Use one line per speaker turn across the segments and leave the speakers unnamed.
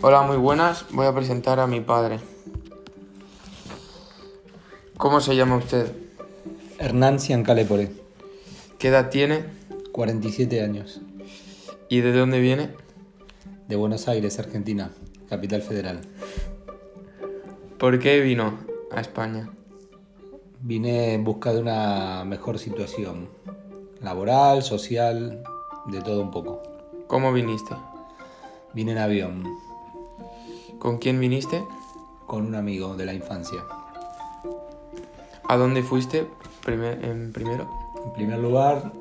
Hola, muy buenas. Voy a presentar a mi padre. ¿Cómo se llama usted?
Hernán Ciancalepore,
¿Qué edad tiene?
47 años,
¿Y de dónde viene?
de Buenos Aires, Argentina, capital federal.
¿Por qué vino a España?
Vine en busca de una mejor situación laboral, social, de todo un poco.
¿Cómo viniste?
Vine en avión
¿Con quién viniste?
con un amigo de la infancia.
¿A dónde fuiste primer- en primero?
En primer lugar,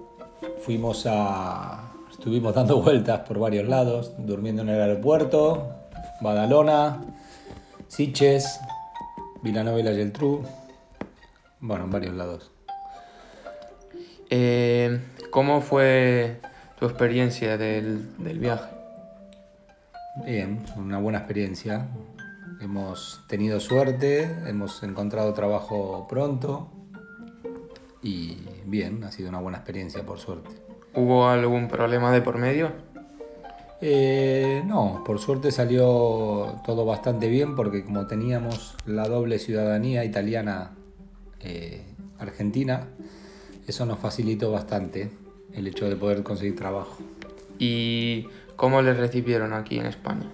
fuimos a... Estuvimos dando vueltas por varios lados, durmiendo en el aeropuerto, Badalona, Siches, Vilanova y la Geltrú. Bueno, en varios lados.
Eh, ¿Cómo fue tu experiencia del, del viaje?
Bien, una buena experiencia. Hemos tenido suerte, hemos encontrado trabajo pronto y bien, ha sido una buena experiencia por suerte.
¿Hubo algún problema de por medio?
Eh, no, por suerte salió todo bastante bien porque como teníamos la doble ciudadanía italiana eh, argentina, eso nos facilitó bastante el hecho de poder conseguir trabajo.
¿Y cómo les recibieron aquí en España?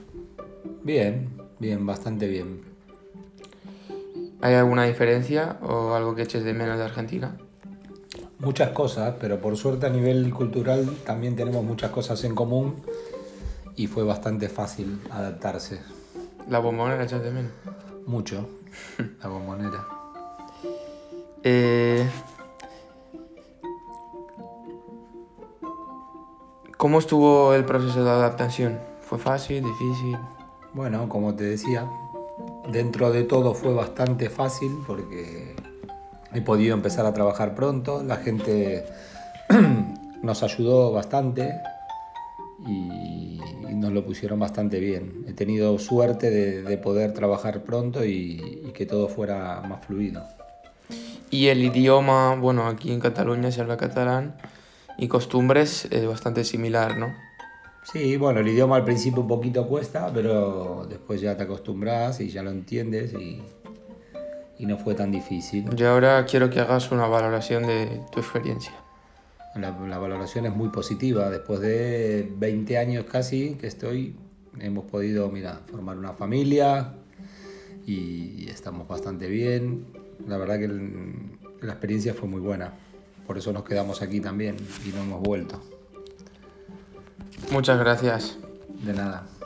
Bien, bien, bastante bien.
¿Hay alguna diferencia o algo que eches de menos de Argentina?
muchas cosas, pero por suerte a nivel cultural también tenemos muchas cosas en común y fue bastante fácil adaptarse.
La bombonera echas de menos.
Mucho, la bombonera.
Eh, ¿Cómo estuvo el proceso de adaptación? ¿Fue fácil, difícil?
Bueno, como te decía, dentro de todo fue bastante fácil porque he podido empezar a trabajar pronto, la gente nos ayudó bastante y nos lo pusieron bastante bien. He tenido suerte de, de poder trabajar pronto y- y que todo fuera más fluido.
Y el idioma, bueno, aquí en Cataluña se habla catalán y costumbres eh, bastante similar, ¿no?
Sí, bueno, el idioma al principio un poquito cuesta, pero después ya te acostumbras y ya lo entiendes y, y no fue tan difícil.
Yo ahora quiero que hagas una valoración de tu experiencia.
La, la valoración es muy positiva. Después de 20 años casi que estoy, hemos podido, mira, formar una familia y estamos bastante bien. La verdad que el- la experiencia fue muy buena. Por eso nos quedamos aquí también y no hemos vuelto.
Muchas gracias.
De nada.